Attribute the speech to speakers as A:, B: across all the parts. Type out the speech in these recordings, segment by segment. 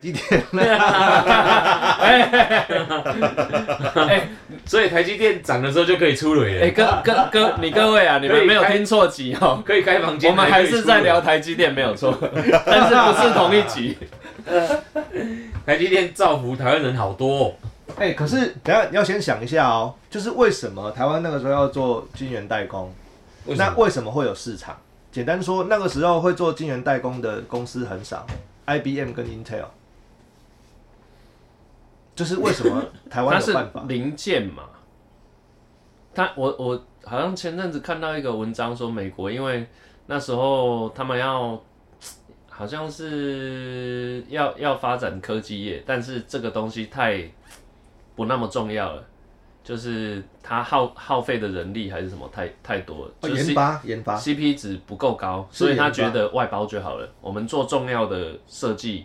A: 几点 了？
B: 哎哎
C: 所以台积电涨的时候就可以出雷了，
B: 哎，各各各，你各位啊，你们没有听错集哦，
C: 可以开房间，
B: 我们还
C: 可以
B: 是
C: 出
B: 在
C: 炉
B: 聊台积电，没有错，但是不是同一集。
C: 台积电造福台湾人好多、哦，
A: 哎、可是等一下你要先想一下哦，就是为什么台湾那个时候要做晶圆代工？
C: 为什
A: 那
C: 么？
A: 为什么会有市场？简单说，那个时候会做晶圆代工的公司很少，IBM 跟 Intel。就是为什么台
B: 它
A: 湾有
B: 是
A: 办法？
B: 零件嘛？它我我好像前阵子看到一个文章说，美国因为那时候他们要好像是要要发展科技业，但是这个东西太不那么重要了，就是它耗耗费的人力还是什么太太多了，
A: 哦
B: 就是
A: 研发研发，
B: CP 值不够高，
A: 是
B: 所以他
A: 研发
B: 觉得外包就好了。我们做重要的设计，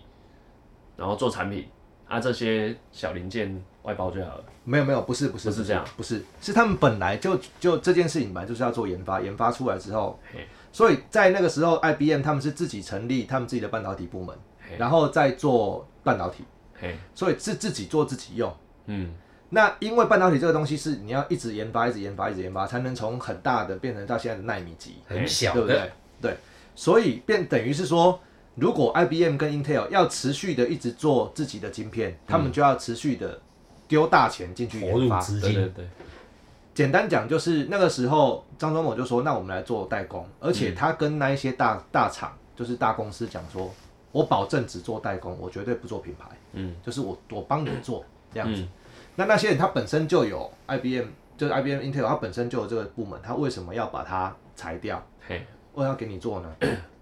B: 然后做产品，啊，这些小零件外包就好了。
A: 没有没有，不是不是
B: 不是这样，
A: 不是是他们本来就就这件事情本来就是要做研发，研发出来之后
B: 嘿，
A: 所以在那个时候，IBM 他们是自己成立他们自己的半导体部门，
B: 嘿，
A: 然后再做半导体，
B: 嘿，
A: 所以是自己做自己用。
B: 嗯，
A: 那因为半导体这个东西是你要一直研发、一直研发、一直研发，才能从很大的变成到现在的纳米级，
C: 很小
A: 对不
C: 的，
A: 对？对，所以变等于是说，如果 IBM 跟 Intel 要持续的一直做自己的晶片，他们就要持续的丢大钱进去
C: 嗯投
A: 研
C: 入
A: 发。
C: 资
B: 对对
C: 金，
B: 对，
A: 简单讲就是那个时候，张忠谋就说：“那我们来做代工。”而且
B: 嗯
A: 他跟那一些大大厂，就是大公司讲说：“我保证只做代工，我绝对不做品牌。”
B: 嗯，
A: 就是我我帮你做这样子。
B: 嗯
A: 那那些人他本身就有 IBM，就是 IBM Intel，他本身就有这个部门，他为什么要把它裁掉？
B: 嘿，
A: 为什么要给你做 呢？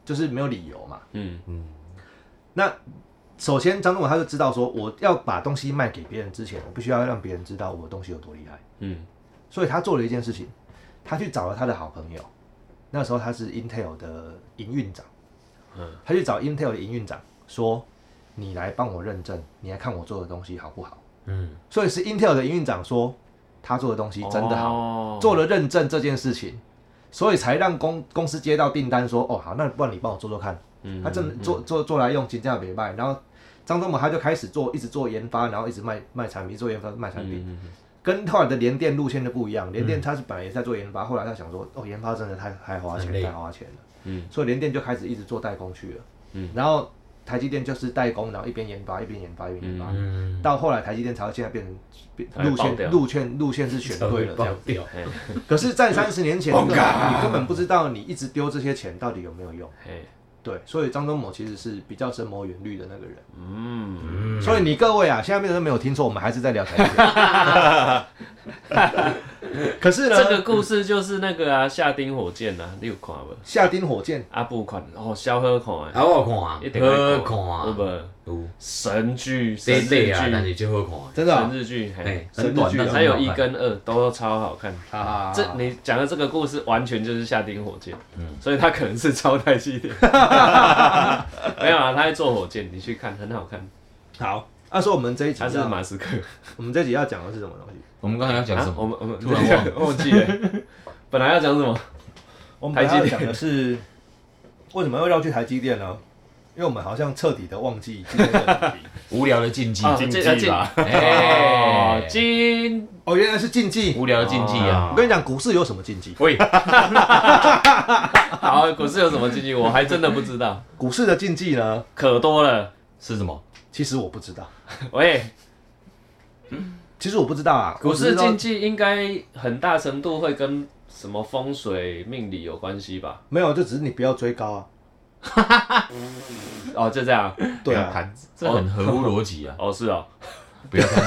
A: 就是没有理由嘛。
B: 嗯，
A: 首先，张忠谋他就知道说，我要把东西卖给别人之前，我必须要让别人知道我的东西有多厉害。
B: 嗯，
A: 所以他做了一件事情，他去找了他的好朋友，那时候他是 Intel 的营运长，
B: 嗯
A: 他去找 Intel 的营运长说：“你来帮我认证，你来看我做的东西好不好？”
C: 嗯，
A: 所以是 Intel 的营运长说他做的东西真的好，
B: 好
A: 做了认证这件事情，所以才让公公司接到订单说：“哦，好，那不然你帮我做做看。”
B: 嗯
A: 他真的做做做来用，金价别卖，然后。张忠谋他就开始做，一直做研发，然后一直卖卖产品，做研发卖产品，
B: 嗯嗯
A: 跟后来的联电路线就不一样，联电它是本来也在做研发，后来他想说，哦，研发真的太太花
C: 很
A: 钱，
C: 累
A: 太花钱了，
B: 嗯，
A: 所以联电就开始一直做代工去了，
B: 嗯，
A: 然后台积电就是代工，然后一边研发一边研发一边研发，
C: 嗯，
A: 到后来台积电才会现在变成变
B: 才会
A: 路
B: 爆掉
A: 线路线路线是选对了这样，
C: 掉，
B: 嘿，
A: 可是，在三十年前，你根本你根本不知道你一直丢这些钱到底有没有用，
B: 嘿，
A: 对，所以张忠谋其实是比较深谋远虑的那个人。
B: 嗯，
A: 所以你各位啊，下面都没有听错，我们还是在聊台积 电。可是呢，
C: 啊
B: 这个故事就是那个啊，夏丁火箭啊，你有看无？
A: 夏丁火箭
B: 阿布款哦，小喝款
C: 啊，我有看啊，
B: 一定要
C: 好看啊，
B: 有无？
C: 有，
B: 神剧，
C: 这
B: 神
C: 一类
B: 日剧，
C: 啊，但是就好看
A: 真的
B: 神
A: 啊
B: 日剧，
C: 啊，
B: 嘿
C: 哎，，很短，但是
B: 还有
C: 很
B: 一
C: 好看，
B: 跟二都超好看。
A: 啊，
B: 这你讲的这个故事完全就是下丁火箭，
D: 嗯
B: 所以他可能是超台 积电，没有啊，他在做火箭，你去看很好看，
A: 好。那、啊说我们这一集
B: 他是
A: 要，
B: 马斯克
A: 我们这一集要讲的是什么东西？
D: 我们刚才要讲什
B: 啊，
D: 么？
B: 我们我们
D: 突然忘了
B: 忘记了，本来要讲什么？
A: 我们
B: 台
A: 台
B: 积
A: 积
B: 电
A: 讲的是为什么要绕去台积电呢？因为我们好像彻底的忘记今天 的主题
D: 无聊的禁忌，
B: 竞技吧，哦
D: 哎，
B: 金
A: 哦，原来是禁忌。
D: 无聊的禁忌啊！
A: 我跟你讲，股市有什么禁忌？
D: 喂，
B: 啊好，股市有什么禁忌？我还真的不知道，
A: 股市的禁忌呢？
B: 可多了。
D: 是什么？
A: 其实我不知道，
B: 喂，
A: 其实我不知道啊。
B: 股市
A: 我
B: 禁
A: 只知道
B: 忌应该很大程度会跟什么风水命理有关系吧？
A: 没有，就只是你不要追高啊。
B: 哦，就这样。
A: 对
D: 不要
A: 啊，
D: 谈，这很合乎逻辑啊！
B: 哦，是哦。
D: 不要贪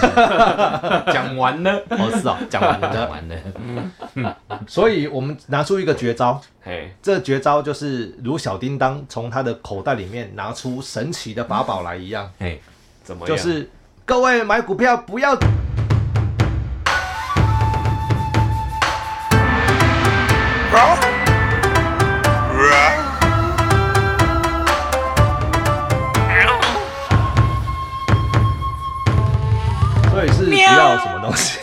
D: 心讲完了，哦是啊，讲完了，讲完了。
A: 所以我们拿出一个绝招，
B: 嘿，
A: 这绝招就是如小叮当从他的口袋里面拿出神奇的法宝来一样，
D: 哎，
B: 怎么样？
A: 就是各位买股票不要所以是不要什么东西，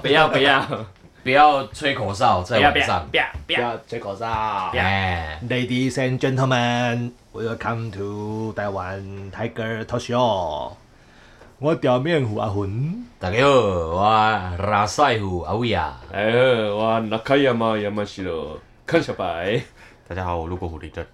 B: 不要不要
D: 不要吹口哨，
B: 不
D: 在
B: 要
D: 晚
B: 不要
D: 上。
B: 不要不
A: 不要吹口哨。
D: 哎，
A: Ladies and 啊 gentlemen， Welcome to 台湾 Tiger Talk Show。我表面虎阿魂，
D: 大家好，我拉塞虎阿伟啊。
B: 哎呦，哇，那开呀嘛呀嘛西喽，看小白，
C: 大家好，我路过狐狸镇。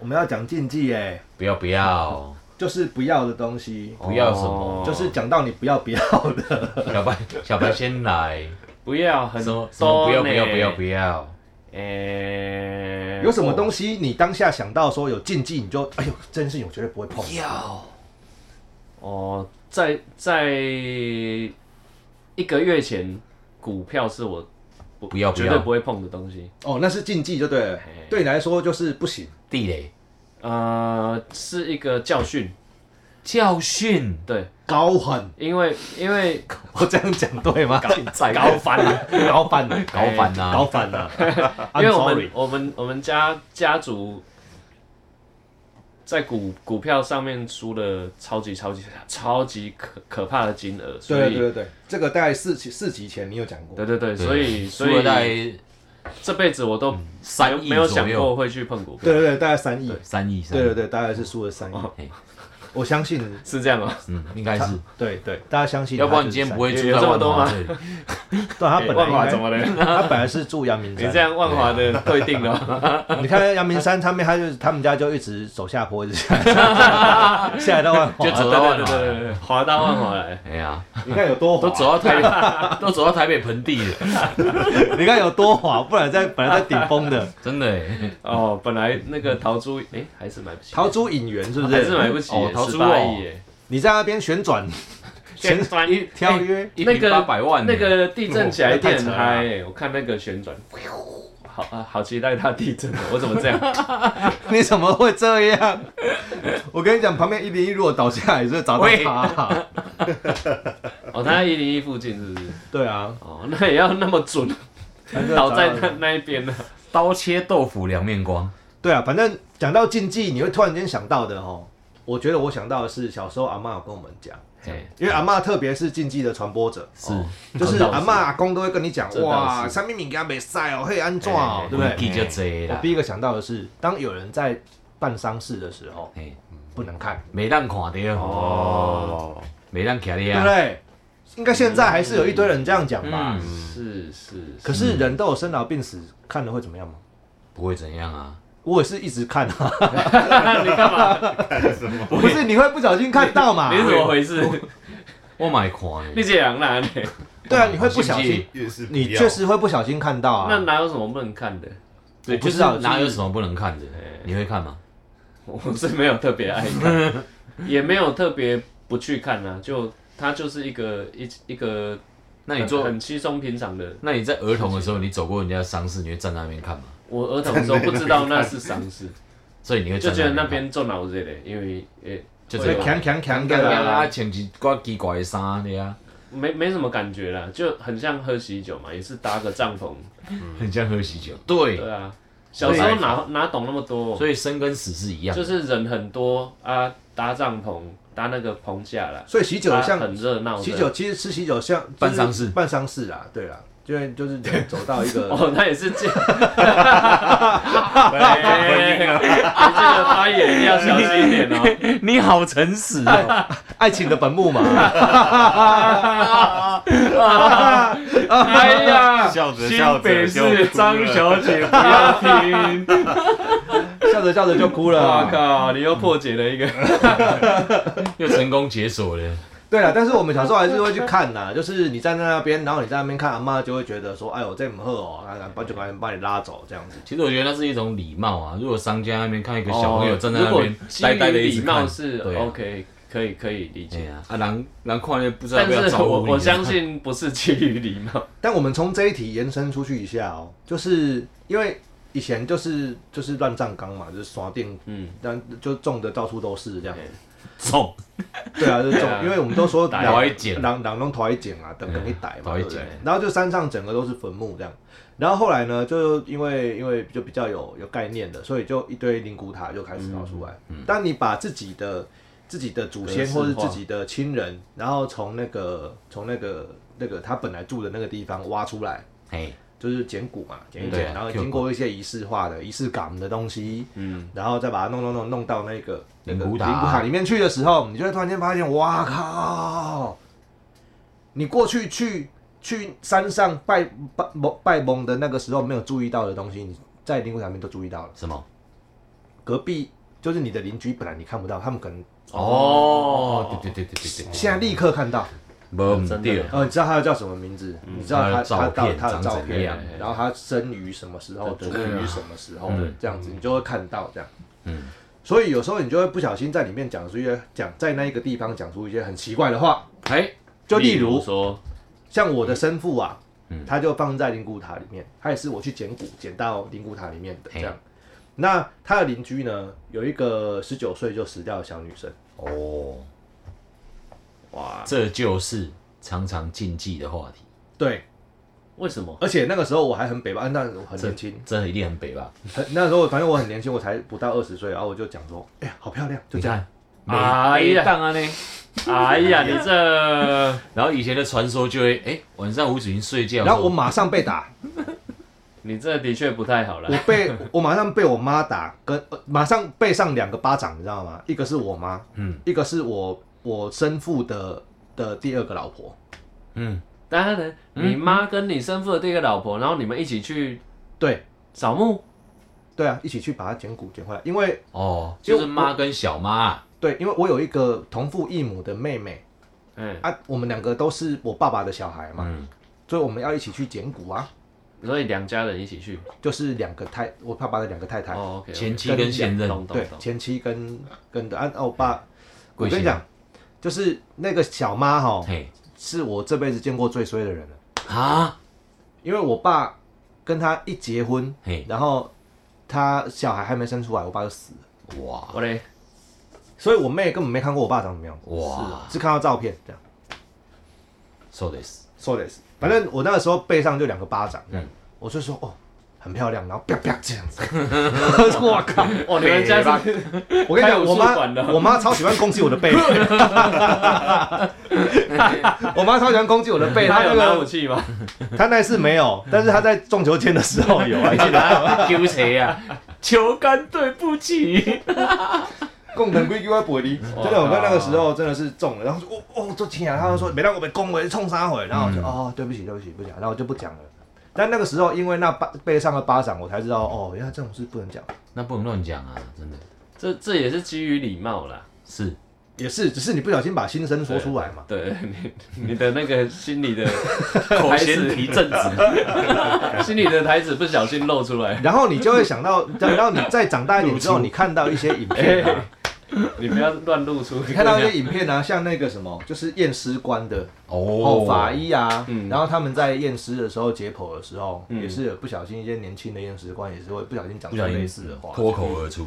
A: 我们要讲禁忌耶、
D: 不要不要
A: 就是不要的东西，
D: 不要什么？
A: 就是讲到你不要不要的。
D: 小白小白先来，
B: 不要很
D: 什
B: 多
D: 么什么不要
B: 呢
D: 不要不要不要。
B: 诶，
A: 有什么东西你当下想到说有禁忌，你就哎呦，这件事情我绝对不会碰。
D: 要
B: 哦，在在一个月前，股票是我不
D: 不要不
B: 绝对
D: 要
B: 不会碰的东西。
A: 哦，那是禁忌就对了，对你来说就是不行。
D: 地雷
B: 呃，是一个教训，
D: 教训，
B: 对，
A: 高狠，
B: 因为因为
A: 我这样讲对吗？
D: 高翻了，
A: 高反了，
D: 高啊翻了，
A: 高反了。I'm
B: 因为我们
A: sorry，
B: 我们我们家家族在股股票上面输了超级超级超级可可怕的金额，所
A: 对
B: 以
A: 对对对，这个大概四集四集前你有讲过。
B: 对对对，所以
D: 输
B: 所
D: 了
B: 以
D: 大概
B: 这辈子我都没有
D: 三亿
B: 没有
D: 左
B: 想
D: 右
B: 过，会去碰股票，
A: 对对对，大概三亿。
D: 三亿三
A: 对对
D: 亿，
A: 对，大概是输了三亿
D: 嘿。
A: 我相信，
B: 是这样吗？
D: 嗯，应该是，
A: 对对，大家相信他
D: 要
A: 就是三亿。
D: 不然你今天不会住
B: 有
D: 在
B: 这么
D: 万
B: 多吗
D: 华这里。
A: 对他本来
B: 万
A: 应
B: 华
A: 该
B: 怎么了？
A: 他本来是住阳明
B: 你
A: 山
B: 这。样万华的退定了，
A: 你看阳明山他们，他就他们家就一直走下坡，一直下来下来到万华
D: 就。走到万华
B: 对对对对对，滑到万华来。
D: 哎呀，
A: 你看有多
D: 都
A: 滑，
D: 走到台北， 都走到台北盆地了，
A: 你看有多滑，不然在本来在顶峰的
D: 真的哎。
B: 哦，本来那个陶珠，哎，还是买不起，
A: 桃珠引援是不
B: 还是
A: 是？
B: 买不起
D: 哦，陶
B: 十
D: 珠
B: 八
D: 哦
B: 亿耶，
A: 你在那边旋转
B: 旋转一
A: 跳 跃，
D: 一
B: 那
D: 平
B: 个
D: 八百万欸呢，
B: 那个地震起来一定很
A: 哦
B: 嗨耶，我看那个旋转， 好啊，好期待它地震哦，我怎么这样？
A: 你怎么会这样？我跟你讲，旁边一零一如果倒下来，也是砸到
D: 喂
A: 他啊。
B: 哦，它在一零一附近是不是？
A: 对啊，
B: 哦， 那也要那么准，倒在那那一边呢？
D: 刀切豆腐两面光，
A: 对啊，反正讲到禁忌，你会突然间想到的哦。我觉得我想到的是小时候阿嬷有跟我们讲，
B: 嘿，
A: 因为阿嬷特别是禁忌的传播者，哦
D: 是
A: 就是
B: 这倒是
A: 阿嬷阿公都会跟你讲，
B: 这倒是
A: 哇，三明米给他没晒哦，嘿安装哦
B: 嘿，
A: 对不对？
D: 记就这
A: 我
D: 啦
A: 第，一个想到的是，当有人在办丧事的时候
D: 嘿，
A: 不能看，
D: 没让看到，
B: 哦，
D: 没让看
A: 对不
D: 到，啊
A: 对？应该现在还是有一堆人这样讲吧。
D: 嗯，
B: 是是，
A: 可是人都有生老病死，看了会怎么样吗？
D: 不会怎样啊。
A: 我也是一直看啊，
B: 你干嘛？
A: 不是你会不小心看到嘛
B: 你？是怎么回事？
D: 我买看
B: 你
D: 呢，
B: 这样啦，你
A: 对啊，你会不小
D: 哦
A: 心，
C: 也是
A: 你确实会不小心看到
B: 那
A: 啊。
B: 哪有什么不能看的？
A: 我
D: 对，
A: 不
D: 就
A: 知
D: 是
A: 道
D: 哪
A: 就
D: 有
A: 是
D: 什么不能看的，你会看吗？
B: 我是没有特别爱看，也没有特别不去看啊，就它就是一个一一个
D: 那你
B: 很
D: 做，
B: 很稀松平常的。
D: 那你在儿童的时候，你走过人家的丧事，你会站在那边看吗？
B: 我儿童的时候不知道那是丧事，
D: 所以你会
B: 就
D: 站
B: 觉得那
D: 看
B: 边做脑子的，因为诶、
D: 就
A: 所
D: 这
A: 以
D: 个
A: 强强强
D: 刚
A: 的
D: 刚
A: 啦，
D: 啊，穿一挂奇怪的衫的啊，
B: 没没什么感觉啦，就很像喝喜酒嘛，也是搭个帐篷。
D: 很像喝喜酒。对，
B: 对啊，小时候哪哪懂那么多，
D: 所以生跟死是一样
B: 就
D: 的。
B: 是人很多啊，搭帐篷搭那个棚架啦，
A: 所以喜酒
B: 啊
A: 像
B: 很热闹的。
A: 喜酒，其实吃喜酒像就是
D: 办丧事
A: 办丧事啊，对啦，就是就是走到一个
B: 哦，那也 是这，哎你这个发言要小心一点哦。
D: 你好诚实啊！
A: 爱情的本木 嘛。
B: 哎呀，
C: 笑着
B: 新北市张小姐不要 听，
A: 笑着笑着就哭
B: 我
A: 了。
B: 靠，你又破解了一个。
D: 又成功解锁了，
A: 对了，但是我们小时候还是会去看呐，就是你站在那边，然后你在那边看，阿妈就会觉得说，哎呦，这么喝哦，啊，把就把你把你拉走这样子。
D: 其实我觉得那是一种礼貌啊。如果商家那边看一个小朋友站在
B: 哦如
D: 那
B: 果
D: 边
B: 基
D: 呆
B: 于
D: 呆的一
B: 礼
D: 直
B: 貌
D: 看，
B: 是
D: 对啊
B: OK，可以可以理
D: 哎
B: 解。
D: 呀，啊，人人看了不知道要
B: 但
D: 不要
B: 是
D: 招
B: 我
D: 呼你啊。
B: 我相信不是基于礼貌，
A: 但我们从这一题延伸出去一下哦，就是因为以前就是就是乱葬岗嘛，就是刷电，
B: 嗯，
A: 但就种的到处都是这样。
D: 重
A: 对啊，就是种
B: 对啊，
A: 因为我们都说
B: 台
A: 人
D: 湾一剪
A: 人人拢头一剪啊，等等一逮嘛，
D: 头一
A: 对
D: 剪
A: 不对？然后就山上整个都是坟墓这样。然后后来呢，就因为因为就比较有有概念的，所以就一堆灵骨塔就开始跑出来。当你把自己的自己的祖先
B: 格式化
A: 或是自己的亲人，然后从那个从那个那个他本来住的那个地方挖出来，
D: 哎，
A: 就是捡骨嘛，捡一
D: 对
A: 捡，
D: 啊
A: 然后
D: Q
A: 经过一些仪式化的仪式感的东西，
B: 嗯，
A: 然后再把它弄弄弄弄到那个那个
D: 灵骨塔
A: 灵骨塔里面去的时候，你就会突然间发现，哇靠！你过去去去山上拜拜蒙拜蒙的那个时候没有注意到的东西，你在灵骨塔里面都注意到了。
D: 什么？
A: 隔壁就是你的邻居，本来你看不到，他们可能
D: 哦，对对对对对对，
A: 现在立刻看到。
D: 没
B: 真的
D: 唔对，
A: 哦，你知道他叫什么名字？你知道他
D: 嗯他的照片
A: 他的他的照
D: 长怎
A: 片
D: 样，
A: 然后他生于什么时候，卒
B: 对
A: 于什么时候
D: 嗯，
A: 这样子你就会看到这样。
D: 嗯，
A: 所以有时候你就会不小心在里面讲出一些讲在那一个地方讲出一些很奇怪的话，
B: 哎，
A: 就例如
B: 说，
A: 像我的生父啊
D: 嗯，
A: 他就放在灵骨塔里面，他也是我去捡骨捡到灵骨塔里面的这
D: 嘿
A: 样。那他的邻居呢，有一个十九岁就死掉的小女生，
D: 哦，
B: 哇，
D: 这就是常常禁忌的话题。
A: 对，
B: 为什么？
A: 而且那个时候我还很北吧，那我很年轻，
D: 这一定很北吧？
A: 很呃那时候反正我很年轻，我才不到二十岁，然后我就讲说，哎、呀，好漂亮，就
D: 你
A: 这样。
D: 看，每
B: 哎呀
D: 当啊呢。
B: 哎呀，你这
D: 然后以前的传说就会，哎，晚上吴子云睡觉的时
A: 然
D: 候，
A: 后我马上被 打，
B: 你这的确不太好了
A: 我。被我马上被我妈打，跟、呃马上背上两个巴掌，你知道吗？一个是我妈，
D: 嗯
A: 一个是我我生父的的第二个老婆，
D: 嗯，
B: 当然了，你妈跟你生父的这个老婆，然后你们一起去
A: 对
B: 扫墓，
A: 对啊，一起去把它捡骨捡回来，因为
D: 哦，就是妈跟小妈，
A: 对，因为我有一个同父异母的妹妹
B: 嗯，
A: 啊，我们两个都是我爸爸的小孩嘛，
D: 嗯，
A: 所以我们要一起去捡骨啊，
B: 所以两家人一起去。
A: 就是两个太我爸爸的两个太太，
B: 哦，OK，
D: 前妻跟现任，
B: 懂懂
A: 对
B: 懂，。
A: 前妻跟跟的啊，啊我爸，我
D: 贵
A: 跟你
D: 姓啊
A: 讲，就是那个小妈哈，
D: 嘿，
A: 是我这辈子见过最衰的人了，
D: 啊，
A: 因为我爸跟她一结婚，
D: 嘿，
A: 然后她小孩还没生出来，我爸就死了，
D: 哇
B: 我嘞，
A: 所以我妹根本没看过我爸长什么样子，
D: 哇，
A: 只看到照片这样，
D: そうです。
A: 说的是，反正我那个时候背上就两个巴掌，
D: 嗯
A: 我就说哦。很漂亮，然后啪啪这样子， 我靠！
B: 哦，你们家是
A: 我跟你
B: 开
A: 讲，
B: 武
A: 我
B: 术
A: 妈
B: 馆的
A: 我妈超喜欢攻击我的背， 我妈超喜欢攻击我的背，她
B: 哎他
A: 那
B: 有拿武
A: 个
B: 器 吗？
A: 她那次没有，但是她在撞球间的时候 有，还记得
D: 丢谁呀？
B: 啊
D: 球杆，对不起。
A: 共同规矩我不离，真的，我哥那个时候真的是中了，然后说哦哦，做天啊，他就说没让我被恭维冲杀回，然后我就、
D: 嗯
A: 哦对不起对不起不讲，然后我就不讲了。但那个时候因为那巴背上的巴掌，我才知道哦，原来这种事不能讲，
D: 那不能乱讲啊，真的
B: 这这也是基于礼貌啦。
D: 是
A: 也是只是你不小心把心声说出来嘛。
B: 对你你的那个心里的
D: 口
B: 还是
D: 嫌体正直。
B: 心里的台词不小心露出来，
A: 然后你就会想到，然后你再长大一点之 后，你看到一些影片、啊，
B: 你不要乱露出。
A: 你看到一些影片啊，像那个什么，就是验尸官的哦，
D: 哦
A: 法医啊，
B: 嗯
A: 然后他们在验尸的时候解剖的时候，
B: 嗯
A: 也是有不小心一些年轻的验尸官也是会不小心讲
D: 不
A: 出
D: 小心
A: 类似的话，
D: 脱口而出。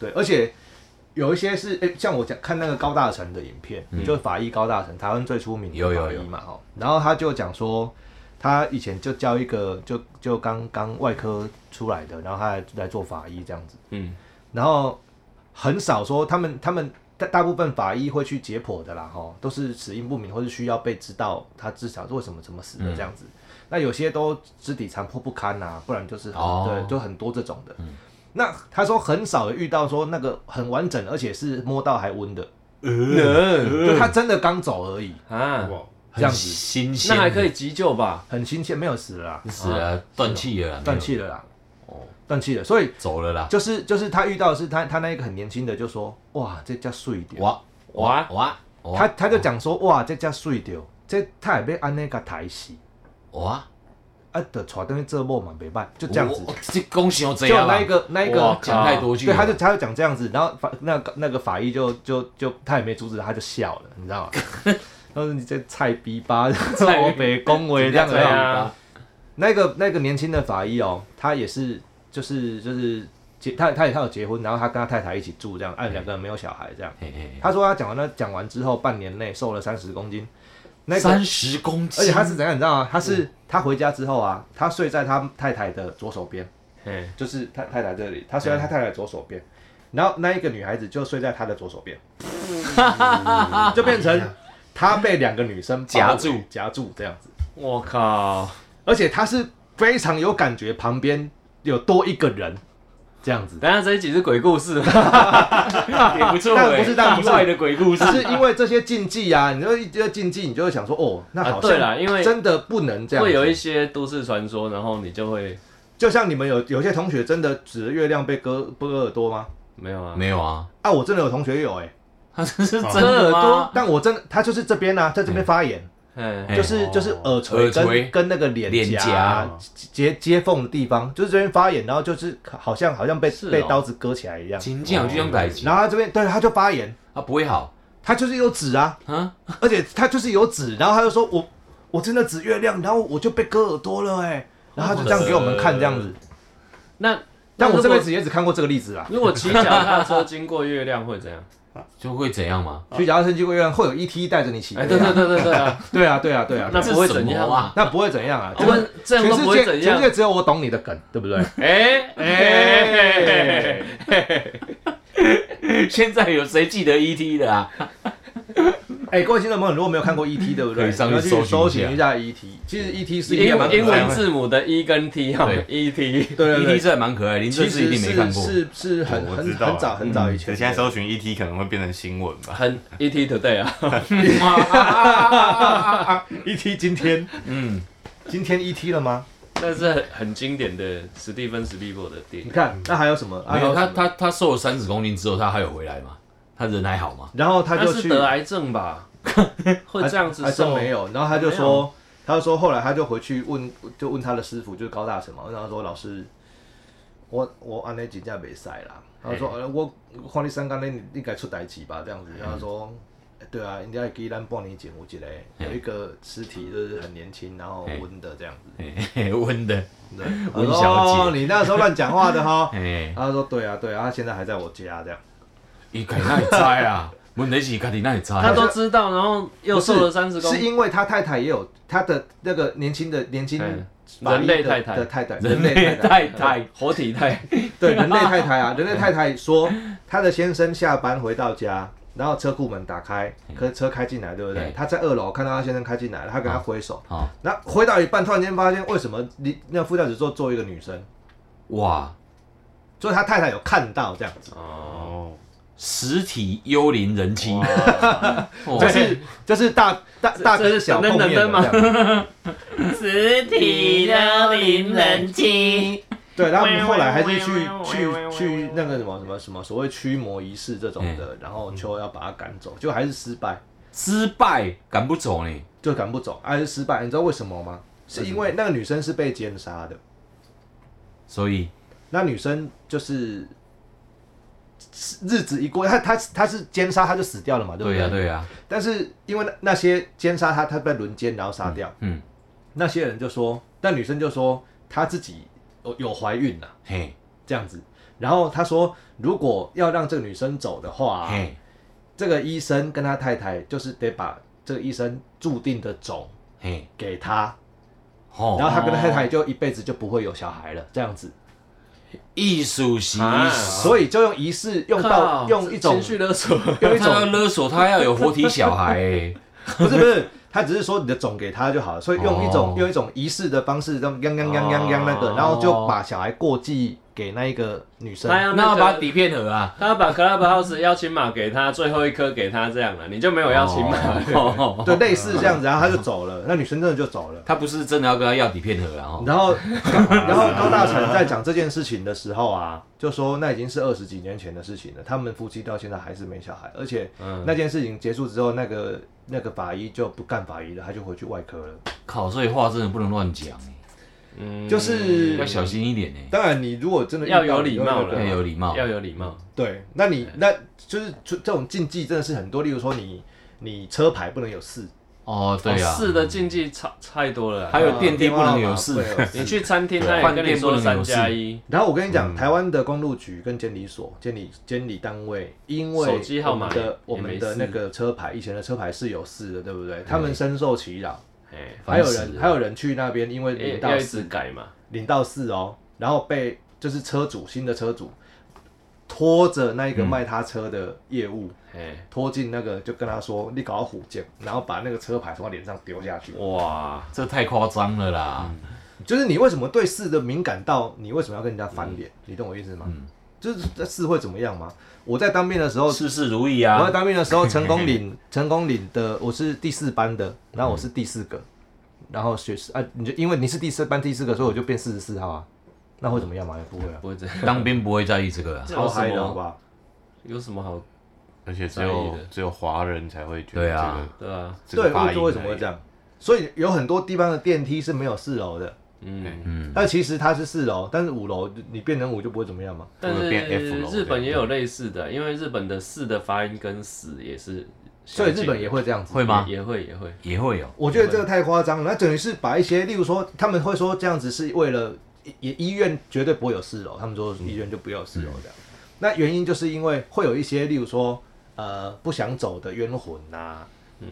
A: 对，而且有一些是诶，像我讲看那个高大成的影片，就法医高大成，台湾最出名
D: 嗯有
A: 的
D: 有
A: 法医
D: 有
A: 嘛，哈，然后他就讲说。他以前就教一个，就就刚刚外科出来的，然后他来来做法医这样子。
B: 嗯，
A: 然后很少说他们他们大大部分法医会去解剖的啦，哈，都是死因不明或是需要被知道他至少为什么怎么死的这样子。那有些都肢体残破不堪呐、不然就是很、
D: 哦
A: 对，就很多这种的。那他说很少有遇到说那个很完整，而且是摸到还温的，
B: 嗯
A: 就他真的刚走而已，
B: 啊，
A: 这样
D: 很
A: 子
D: 新鲜，
B: 那还可
D: 以
B: 以急救吧？
A: 很新鲜，没有死了啦，
D: 死了，啊断气了啦，
A: 断气了啦，断气了。所以
D: 没有走了啦。
A: 就是就是他遇到的是他他那一个很年轻的就说哇这叫碎点，
D: 哇哇哇
A: 他
D: 哇
A: 他就讲说，哇，这只水着，这他也被安尼甲抬死，
D: 哇！
A: 啊，就带等去做某嘛袂歹，就这样子。
D: 我，这恭喜我哦这
A: 就
D: 样啦
A: 那一个那一
D: 哇
A: 个
D: 啊讲太多句
A: 对，
D: 了，
A: 他就他就讲这样子，然后法那个那个法医就就就他也没阻止他，他就笑了，你知 道吗？他说你这菜逼吧，我北恭维这样子。
B: 对啊，
A: 那个那个年轻的法医哦，他也是就是就是结他他也他有结婚，然后他跟他太太一起住这样，
D: 嗯
A: 哎、两个人没有小孩这样。
D: 嘿嘿
A: 他说他讲完那讲完之后，半年内瘦了三十公斤，那
D: 嘿，
A: 个
D: 三十公斤，
A: 而且他是怎样，你知道吗？他是、
B: 嗯
A: 他回家之后啊，他睡在他太太的左手边，
B: 嗯，
A: 就是他太太这里，他睡在他太太的左手边，然后那一个女孩子就睡在他的左手边，
B: 嗯
A: 就变成他被两个女生包围
D: 夹住
A: 夹住这样子，
B: 我靠，
A: 而且他是。非常有感觉，旁边有多一个人这样子。
B: 等一下这一集是鬼故事，
C: 也不错
A: 但
C: 哎，
A: 不是但不是
C: 意外的鬼故事
A: 只，是因为这些禁忌啊，你就一这禁忌，你就会想说，哦，那好
B: 啊对啦
A: 像
B: 因为
A: 真的不能这样子。
B: 会有一些都市传说，然后你就会
A: 就像你们有有些同学真的指着月亮被割割耳朵吗？
B: 没有啊，
D: 没有啊，
A: 啊，我真的有同学有哎、
D: 他这是真
B: 耳
D: 的
B: 朵
D: 吗？
A: 但我真的他就是这边啊，在这边发言，
B: 哎，
D: 哎
A: 就是
C: 哦
A: 就是耳垂跟
D: 耳垂
A: 跟那个脸
D: 脸
A: 颊
D: 颊
A: 接接缝的地方，就是这边发炎，然后就是好像好像被、
B: 是哦
A: 被刀子割起来一样，
D: 金匠就用代志，
A: 然后他这边对他就发炎，
D: 他不会好
A: 他就是有指啊，
D: 啊？
A: 而且他就是有指，然后他就说我我真的指月亮，然后我就被割耳朵了哎、然后他就这样给我们看这样子，
B: 那
A: 但我这辈
B: 个
A: 子也只看过这个例子啦。
B: 如果骑脚踏车经过月亮会怎样？
D: 就会怎样吗？
A: 去假设经过月亮会有 ET 带着你骑，
B: 哎，对对对对对啊，
A: 对啊对啊对啊，
B: 那不会
D: 这是
B: 怎
D: 什
B: 样
D: 么啊？
A: 那不会怎样啊，
B: 我们这样
A: 全
B: 都
A: 世
B: 不会
A: 界
B: 怎
A: 全世
B: 样。
A: 界只有我懂你的梗，对不对？
B: 哎哎
A: 哎，
D: 现在有谁记得 ET 的啊？
A: 哎，各位听众朋友，如果没有看过 E.T. 对不对？
D: 可以上去
A: 你要去搜
D: 搜
A: 寻
D: 寻
A: 一
D: 一
A: 下 E.T.，其实 E.T. 是一
B: 英
A: 个蛮
B: 文
A: 可
B: 英
A: 爱
B: 文
A: 的，
B: 字母的 E 跟 T 哈
D: 对
B: ，ET
A: 对对
D: ET
A: 对，
D: 这蛮可爱，林
A: 其
D: 正是一
A: 实
D: 定没看
A: 是
D: 过。
A: 是是很
C: 我
A: 很
C: 知道啊
A: 很早很
E: 嗯
A: 早以前
C: 可
A: 的，
C: 现在搜寻
E: E
C: ET 可能会变成新闻 吧。
B: 很 ET today 啊， E
A: E.T. 今天
D: 嗯，
A: 今天 E.T. 了吗？
B: 那是很很经典的史蒂芬史蒂夫的电
A: 你
B: 影。
A: 看那还有什么？
D: 没
A: 还
D: 有
A: 什么
D: 他他他瘦了三十公斤之后，他还有回来吗？他人还好吗？
A: 然后他就是去
B: 得癌症吧？ 会这样子
A: 还真
B: 瘦？
A: 没有。然后他就说，他就说后来他就回去问，就问他的师傅，就是高大成嘛，问他说老师，我我安尼真正袂使啦。他说呃我我看你三天你你该出代志吧这样子。他说。欸对啊，人家给咱半年前有一个有一个尸体，就是很年轻，然后
D: 嘿
A: 温的这样 子。
D: 嘿嘿温的，
A: 对，
D: 温
A: 我说
D: 小
A: 哦，你那时候乱讲话的 哈。
D: 哎，
A: 他说对啊对啊，他现在还在我家这样。
D: 伊家那里猜啊， 问题是家己那里
B: 他
D: 猜。
B: 都知道，然后又瘦了三十公
A: 是
B: 斤，
A: 因为他太太也有他的那个年轻的年轻
B: 嗯
A: 法医的
B: 人类太太
A: 的太太，
D: 人类
A: 太太
D: 太太，
B: 活体态。
A: 对人类太太 啊，人类太太说她的先生下班回到家，然后车库门打开，可是车开进来，对不对
D: 嗯？
A: 她在二楼看到她先生开进来了，她
B: 哦
A: 跟他挥手，
D: 好
A: 那挥到一半，突然间发现为什么你那副驾驶座坐一个女生，
D: 哇，
A: 所以他太太有看到这样子，
B: 哦，
C: 哦，
D: 实体幽灵人妻， 哦
A: 就是就是大大大
B: 这
A: 哥
B: 是
A: 小
B: 等
A: 碰
B: 等
A: 面的
B: 等吗
A: 这样子
F: 实体的灵人机，
A: 对，然后后来还是去去去那个什么什么什么所谓驱魔仪式这种
D: 嗯
A: 的，然后就要把他赶走，就还是失败，
D: 失败赶不走呢。
A: 就赶不走，还是失败。你知道为什么吗？是因为那个女生是被奸杀的，
D: 所以
A: 那女生就是日子一过，她她她是奸杀，她就死掉了嘛，啊对不
D: 对呀对呀，
A: 但是因为那那些奸杀她，她被轮奸然后杀掉，
D: 嗯，
A: 那些人就说，那女生就说她自己有有怀孕了、
D: 嘿
A: 这样子。然后她说，如果要让这个女生走的话、
D: 嘿，
A: 这个医生跟他太太就是得把这个医生注定的种
D: 嘿，
A: 给他，然后
D: 吼，
A: 他跟他太太就一辈子就不会有小孩了，这样子。
D: 艺术系，
B: 啊
A: 所以就用仪式，用到
B: 靠
A: 用一种
B: 情，绪勒索，
A: 用一
D: 他要
A: 种，
D: 勒索他要有活体小孩欸，
A: 不是不是，他只是说你的种给他就好了，所以用一种
D: 哦
A: 用一种仪式的方式，让央央央央央那个，
B: 哦
A: 然后就把小孩过继给那一个女生。
B: 他要
D: 那
B: 那
D: 要把
B: 个。哦
D: 底片盒啊，
B: 他要把 Clubhouse 邀请码给他，最后一颗给他，这样了，你就没有邀请码了。
D: 哦
A: 对，类似这样子，然后他就走了，那女生真的就走了。
D: 他不是真的要跟他要底片盒啊，哦
A: 然后， 然后高大成在讲这件事情的时候啊，就说那已经是二十几年前的事情了，他们夫妻到现在还是没小孩，而且
B: 嗯
A: 那件事情结束之后，那个那个法医就不干法医了，他就回去外科了。
D: 靠，所以话真的不能乱讲欸，
B: 嗯
A: 就是
D: 要小心一点呢，
A: 当然，你如果真的遇到
B: 要有礼貌
A: 你就
B: 了
A: 会
D: 要
A: 被
D: 有礼貌
B: 啊要。有礼貌。
A: 对，那你那就是这这种禁忌真的是很多，例如说你你车牌不能有四，
D: 哦，对啊，
B: 哦是的禁忌超太多了啊。
D: 还有电梯不能有
A: 电
D: 四
A: 话号码不能有四
B: 你去餐厅，他也
D: 饭
B: 跟你
D: 店不
B: 说
D: 能
B: 三
D: 有事
B: 加一，
A: 然后我跟你讲，台湾的公路局跟监理所、监理监理单位，因为
B: 手机号码
A: 我们的我
B: 也没
A: 们的
B: 事
A: 那个车牌，以前的车牌是有四的，对不对？他们深受其扰，
B: 哎，
A: 还有
D: 烦死
A: 人
D: 了
A: 还有人去那边，因为
B: 也
A: 领
B: 哎要
A: 到
B: 一直
A: 四
B: 改嘛。
A: 领到四哦，然后被就是车主新的车主拖着那一个卖他车的业务。
B: 哎，
A: 拖进那个，就跟他说：“你搞到虎剑，然后把那个车牌从他脸上丢下去。
B: 哇，嗯
D: 这太夸张了啦！
A: 就是你为什么对事的敏感到你为什么要跟人家翻脸？你懂我意思吗？就是这事会怎么样吗？我在当兵的时候，
C: 事事如意
A: 我在
C: 啊！
A: 当兵的时候，成功 岭成功岭的我是第四班的，然后我是第四个，然后学啊，你就因为你是第四班第四个，所以我就变四十四号啊，那会怎么样嘛？也不会啊，
B: 不会这样，
D: 当兵不会在意这个啊。
B: 这
A: 超
B: 有什
A: 嗨的好
B: 么
A: 吧？
B: 有什么好
E: 而且只
B: 在
E: 有
B: 意的
E: 只有华人才会觉得
D: 对啊
E: 这
B: 对啊？
E: 个
A: 对，
E: 这个发
A: 欧
E: 音
A: 洲为什么会这样？所以有很多地方的电梯是没有四楼的，
B: 嗯，
D: 嗯，
A: 但其实它是四楼，但是五楼你变成五就不会怎么样嘛。
B: 但
E: 除
B: 是
E: 了变 F 楼
B: 日本也有类似的，因为日本的“四”的发音跟“死”也是相
A: 所以
B: 近的，
A: 日本也会这样子。
D: 会吗？
B: 也也会也会，
D: 也会有，
A: 我觉得这个太夸张了，那等于是把一些，例如说，他们会说这样子是为了医医院绝对不会有四楼，他们说医院就不要有四楼这样。那原因就是因为会有一些，例如说，呃，不想走的冤魂呐、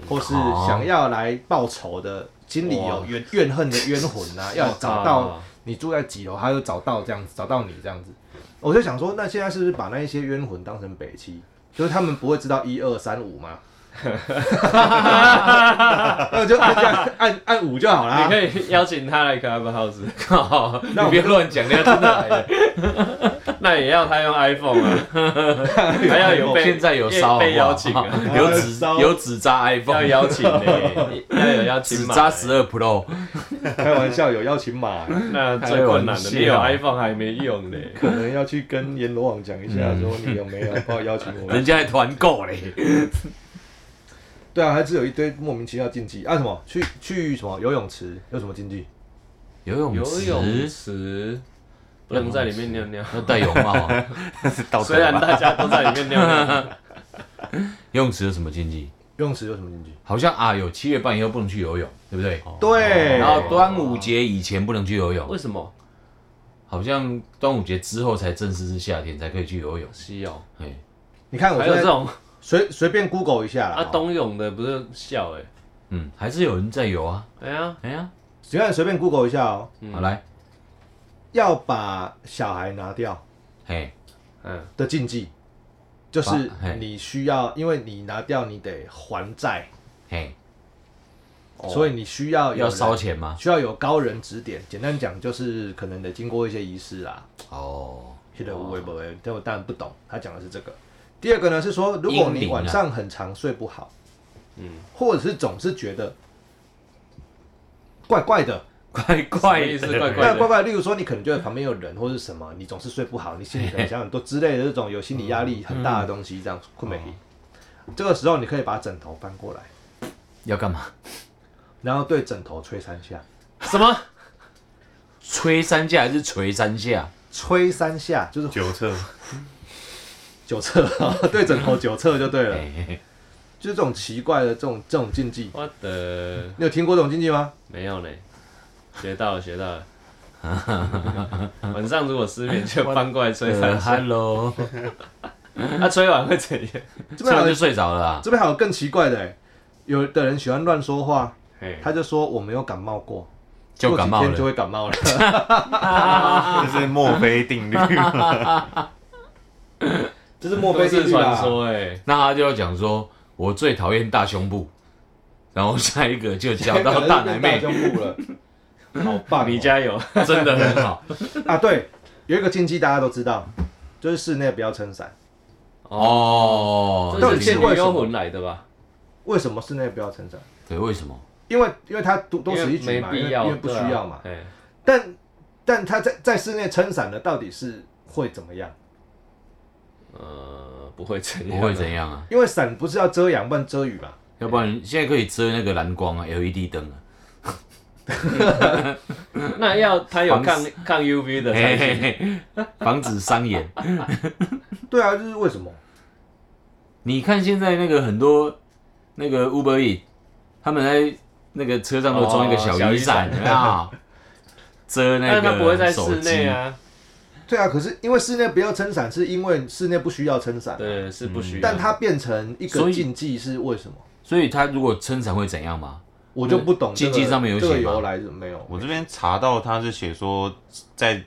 A: 或是
D: 哦
A: 想要来报仇的，心里有怨怨恨的冤魂呐、要找到
B: 啊
A: 你住在几楼，他就找到这样子，找到你这样子。我就想说，那现在是不是把那一些冤魂当成北七？就是他们不会知道一二三五 吗？那我就按这样按按五就好
B: 啊你
A: 啦。
B: 可以邀请他来 Clubhouse，
D: 靠，你
A: 那我
D: 别乱讲，人家真的来了。
B: 那也 要他用 iPhone 啊，还要有被
D: 现在有烧好不好
B: 被邀请啊，
D: 有纸
A: 烧
D: 有纸扎
B: 要
D: iPhone，
B: 邀请 嘞，要有邀请
D: 纸
B: 码
D: 扎
B: 欸
D: 十二 Pro，
A: 开玩笑，有邀请码，
B: 那最困难的，你有
D: 开玩
B: iPhone 还没用嘞。
A: 可能要去跟阎罗王讲一下，说你有没有帮我邀请
B: 啊
A: 我
D: 人家还团购嘞。
A: 对啊，还是有一堆莫名其妙禁忌啊，什么去去什么游泳池有什么禁忌？
D: 游泳
B: 游泳
D: 池
B: 池不能在里面尿 尿，
D: 要戴泳帽啊，
E: 到
B: 虽然啊大家都在里面尿尿，
D: 游泳池有什么禁忌？
A: 游泳池有什么禁忌？
D: 好像啊，有七月半以后不能去游泳，对不对？
A: 对，
D: 然后端午节以前不能去游泳
B: 为，什么？
D: 好像端午节之后才正式是夏天才可以去游泳。
B: 西泳
D: 哎，
A: 你看我
B: 还有
A: 现
B: 这
A: 在
B: 种
A: 随随便 Google 一下啦。
B: 啊，
A: 哦
B: 冬泳的不是笑哎，
D: 嗯，还是有人在游啊。
B: 哎呀，
D: 哎呀，
A: 你看随便 Google 一下哦，
D: 好来，
A: 要把小孩拿掉
D: 嘿，
B: 嗯，
A: 的禁忌，就是
D: 把嘿
A: 你需要，因为你拿掉你得还债，
D: 嘿，
A: 所以你需要有
D: 哦要
A: 人
D: 烧，钱吗？
A: 需要有高人指点。简单讲就是可能得经过一些仪式啊啦，
D: 哦，
A: 迄个无为不为，但我当然不懂，他讲的是这个。第二个呢是说，如果
D: 英
A: 你
D: 灵啊
A: 晚上很长睡不好，嗯，或者是总是觉得怪怪的，
D: 怪
B: 怪
D: 怪
B: 意思
D: 的，
B: 怪怪
A: 那怪
B: 的，
A: 怪，例如说，你可能觉得旁边有人或是什么，你总是睡不好，你心里可能想很多之类的这种有心理压力很大的东西，这样困美。
D: 嗯
A: 这个时候，你可以把枕头翻过来，
D: 要干嘛？
A: 然后对枕头吹三下，
B: 什么？
D: 吹三下还是捶三下？
A: 吹三下就是
E: 九 侧，
A: 九侧， 对枕头九侧就对了，
D: 嘿嘿嘿
A: 就是这种奇怪的这种这种禁忌。
B: 我的
A: 你有听过这种禁忌吗？
B: 没有嘞，学到了学 到了。晚上如果失眠就翻过来吹
D: 呃
B: 三下，
D: ，Hello，
A: 呃
B: 他吹完会怎样？
A: 这
D: 突
A: 边
D: 然
A: 还
D: 就
A: 有
D: 睡着了啊。
A: 这边还有更奇怪的、欸，有的人喜欢乱说话，
B: 嘿
A: 他就说我没有感冒过，
D: 就感冒
A: 过几天就
D: 了。
A: 会感 冒了。
E: 这是墨菲定律。
A: 这是墨菲
B: 都
A: 定
B: 市
A: 律啦
B: 传。说哎，
D: 那他就要讲说，我最讨厌大胸部，然后下一个就讲
A: 可能
D: 到
A: 是
D: 大奶
A: 变
D: 妹，
A: 胸部了，好棒哦、
B: 你加油！
D: 真的很好。
A: 啊，对，有一个禁忌大家都知道，就是室内不要撑伞。
D: 哦，
A: 到
B: 这
A: 底
B: 是倩
A: 为
B: 女
A: 什么
B: 幽魂来的吧？
A: 为什么室内不要撑伞？
D: 对，为什么？
A: 因为因为它独都
B: 因
A: 是
B: 为
A: 一举嘛，
B: 没
A: 因
B: 必
A: 为
B: 要，
A: 因为不需
B: 对啊
A: 要嘛。
B: 哎
D: 啊
A: 但但他在在室内撑伞的到底是会怎么样？
B: 呃，不会怎样，
D: 不会怎样啊？
A: 因为伞不是要遮阳，不然遮雨嘛。
D: 要不然现在可以遮那个蓝光啊，LED 灯啊。
B: 那要它有
D: 防
B: 抗抗 UV 的
D: 嘿
B: 才行。
D: 嘿嘿，防止伤眼。
A: 对啊，就是为什么？
D: 你看现在那个很多那个 Uber E，他们在那个车上都装一个小雨伞
B: 哦小雨伞
D: 啊，遮那
B: 但它不会在
D: 个手
B: 室
D: 机
B: 内。啊，
A: 对啊，可是因为室内不要撑伞，是因为室内不需要撑伞。
B: 对，是不需要。
A: 但它变成一
D: 啊所
A: 个
D: 以
A: 禁忌是为什么？
D: 所以他如果撑伞会怎样吗？
A: 我就不懂、这个。
D: 禁忌上面有
A: 这个
D: 写吗
A: 由来是没有。
E: 我这边查到他是写说，在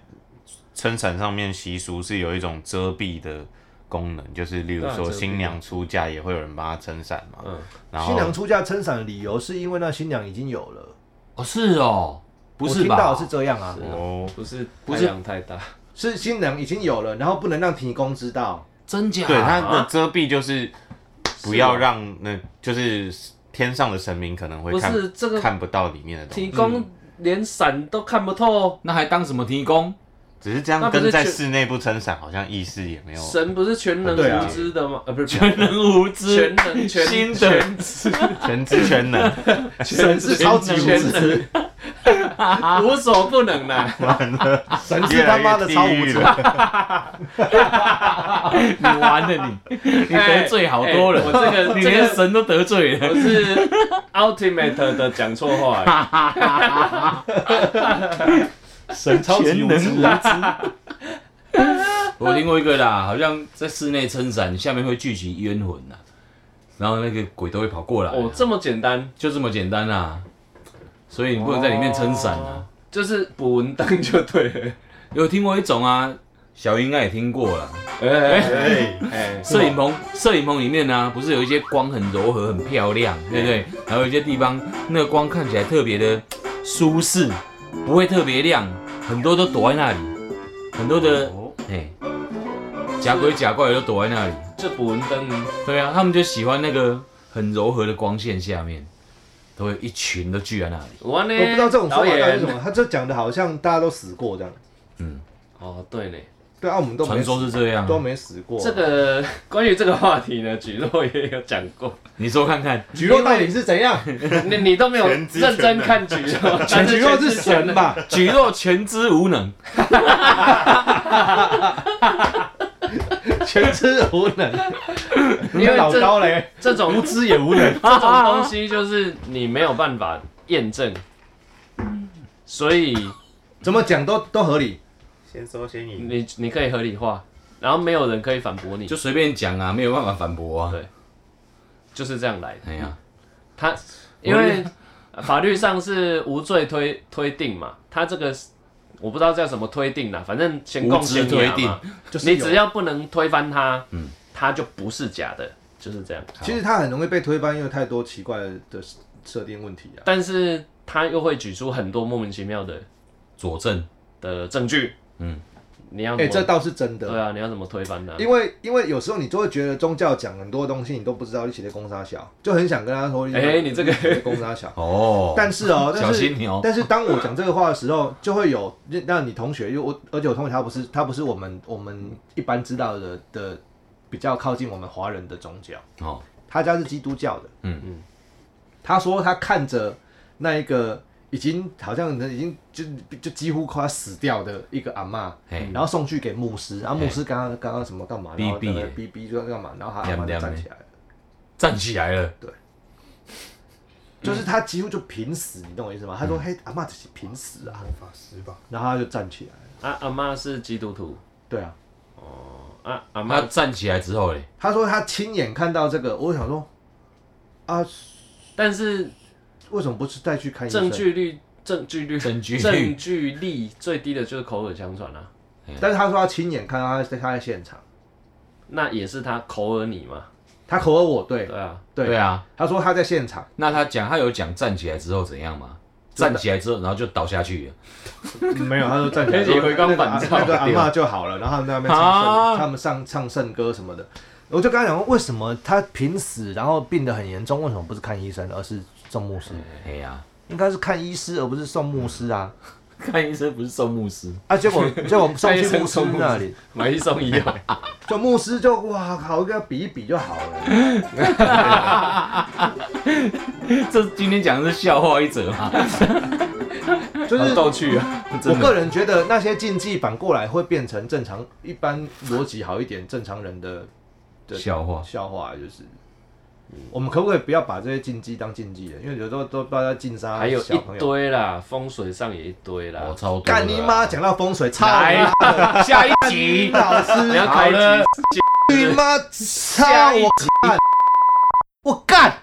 E: 撑伞上面习俗是有一种遮蔽的功能，就是例如
B: 当然
E: 说
B: 啊遮蔽
E: 新娘出嫁也会有人帮她撑伞嘛。
B: 嗯
E: 然
A: 新
E: 后
A: 娘出嫁撑伞的理由是因为那新娘已经有了，
D: 哦，是哦，不
A: 我
D: 是
A: 听
D: 吧
A: 到的是这样啊，
E: 哦，
B: 不是
D: 不
B: 太
D: 是
B: 阳太大，
A: 是新人已经有了，然后不能让提供知道。
D: 真假？
E: 对，它
B: 啊
E: 的遮蔽就是
A: 啊
E: 不要让那，就是天上的神明可能会
B: 不
E: 看
B: 是这个
E: 看不到里面的东西，
B: 提供连伞都看不透，
D: 那还当什么提 供？
E: 只是这样
B: 那不是
E: 跟在
B: 全
E: 室内不撑伞，好像意思也没有。
B: 神不是全能
A: 对啊
B: 无知的吗？呃，不是
D: 全能无知
B: 全，能全
D: 新的
B: 全知，
E: 全知 全能，
A: 神是超级无
B: 全
A: 知，
D: 啊
B: 无所不能啊啦。
A: 神是他妈的超无
E: 越来越地狱
A: 知。
E: 了
D: 你完了你，你得罪好多人，
B: 哎我这个
D: 你
B: 这
D: 连
B: 个
D: 神都得罪了。
B: 我是 ultimate 的讲错话欸，
A: 神超级无 知啊，
D: 我听过一个啦，好像在室内撑伞，下面会聚集冤魂呐、然后那个鬼都会跑过来、啊，
B: 哦，这么简单，
D: 就这么简单啊。所以你不能在里面撑伞
B: 哦
D: 啊。
B: 就是补文灯就对了。
D: 有听过一种啊，小英应该也听过啦。
B: 哎 哎哎，
D: 摄影棚，摄影棚里面呢、啊，不是有一些光很柔和、很漂亮，对不对？然后有一些地方那个光看起来特别的舒适，不会特别亮，很多都躲在那里，很多
B: 哦
D: 的
E: 哦
D: 哎，假鬼假怪都躲在那里。
B: 就补文灯，
D: 对啊，他们就喜欢那个很柔和的光线下面，都有一群都聚在那里。
B: 我呢，
A: 我不知道这种说法
B: 导
A: 到底
B: 演
A: 是什么，他这讲的好像大家都死过这样。
B: 哦，对呢，
A: 对啊，我们都没
D: 传说
A: 死
D: 是这样啊，
A: 都没死过。
B: 这个关于这个话题呢，举若也有讲过，
D: 你说 看看，
A: 菊肉到底是怎样？
B: 你你都没有
E: 全知
B: 认
E: 全
B: 真
E: 能
B: 看举若， 但
A: 菊肉是
B: 全知全
A: 神
B: 能？
A: 吧？
D: 举若全知无能，
A: 全知无能，
B: 因为
A: 老
B: 这
A: 高嘞，
B: 这种
A: 无知也无能。
B: 这种东西就是你没有办法验证，所以
A: 怎么讲都都合理。
E: 先收先赢。
B: 你你可以合理化，然后没有人可以反驳你，
D: 就
B: 就
D: 随便讲啊，没有办法反驳啊
B: 对。就是这样来的。
D: 哎呀，
B: 他因为法律上是无罪推推定嘛，他这个是我不知道叫什么推定啦，反正先
D: 无
B: 共
D: 知
B: 先
D: 推
B: 雅
D: 定
B: 啊嘛，，
A: 就是
B: 你
A: 有
B: 只要不能推翻它，嗯，它就不是假的，就是这样。
A: 其实他很容易被推翻，因为太多奇怪的设定问题啊。
B: 但是他又会举出很多莫名其妙的
D: 佐证
B: 的证据，嗯，你要
A: 哎，
B: 怎
A: 这
B: 么
A: 倒是真
B: 对
A: 的，
B: 啊，你要怎么推翻它？
A: 因为因为有时候你就会觉得宗教讲很多东西，你都不知道一起的公杀小，就很想跟他说，
B: 哎你这个
A: 公杀 小。
D: 哦。
A: 但是哦，但
D: 小
A: 是
D: 心你哦，
A: 但是当我讲这个话的时候，就会有让你同学，因为我而且我同学他不是他不是我们我们一般知道的的比较靠近我们华人的宗教，
D: 哦，
A: 他家是基督教的，
D: 嗯
B: 嗯，
A: 他说他看着那一个已经好像已经就就几乎快要死掉的一个阿嬷，
D: 嘿
A: 然后送去给牧师，啊，牧师刚刚刚刚什么干嘛，
D: 逼
A: 然后
D: 逼
A: 那个
D: 耶
A: 逼逼就干嘛，然后他阿嬷就站起来了，
D: 站起来了，
A: 就是他几乎就濒死，你懂我意思吗？他说嘿，阿嬷只是濒死啊，
G: 法师吧，
A: 然后他就站起来了，
B: 啊，阿妈是基督徒，
A: 对啊。
B: 啊，阿
D: 他
B: 妈
D: 站起来之后哎嘞，
A: 他说他亲眼看到这个，我想说啊，
B: 但是
A: 为什么不是再去看医生？
B: 证据率、证据率、
D: 证据
B: 证据力最低的就是口耳相传啊，
A: 但是他说他亲眼看到他在他在现场，
B: 那也是他口耳你嘛，
A: 他口耳我对
B: 对啊，
A: 对
D: 对啊，
A: 他说他在现场，
D: 那他讲他有讲站起来之后怎样吗？站起来之后，然后就倒下去了，
A: 没有，他说站起来
B: 可以回光返照
A: 那个阿妈就好了，然后他们在那边唱
D: 啊
A: 圣，他们上唱圣歌什么
B: 啊
A: 的，我就跟他讲说，为什么他濒死，然后病得很严重，为什么不是看医生，而是送牧师？
D: 哎呀，
A: 应该是看医师，而不是送牧师啊！
B: 嗯
D: 看医生不是送牧师，
A: 啊，结 果结果送去牧师
B: 送牧师
A: 那里，
B: 买一送一啊，
A: 就牧师就哇靠，跟他比一比就好了。
D: 这今天讲的是笑话一则啊嘛，
A: 就是
B: 逗趣啊，
A: 我个人觉得那些禁忌反过来会变成正常，一般逻辑好一点正常人的对
D: 笑话，
A: 笑话，就是我们可不可以不要把这些禁忌当禁忌了？因为有时候都大家禁杀
B: 还有
A: 小朋
B: 一
A: 友。
B: 堆啦，风水上也一堆啦
D: 我，超多的啊。
A: 干你妈！讲到风水，操
D: 来
A: 你
D: 下一集，
A: 老师，
B: 你要开
D: 好了
B: 机
A: 你妈操我干，我干。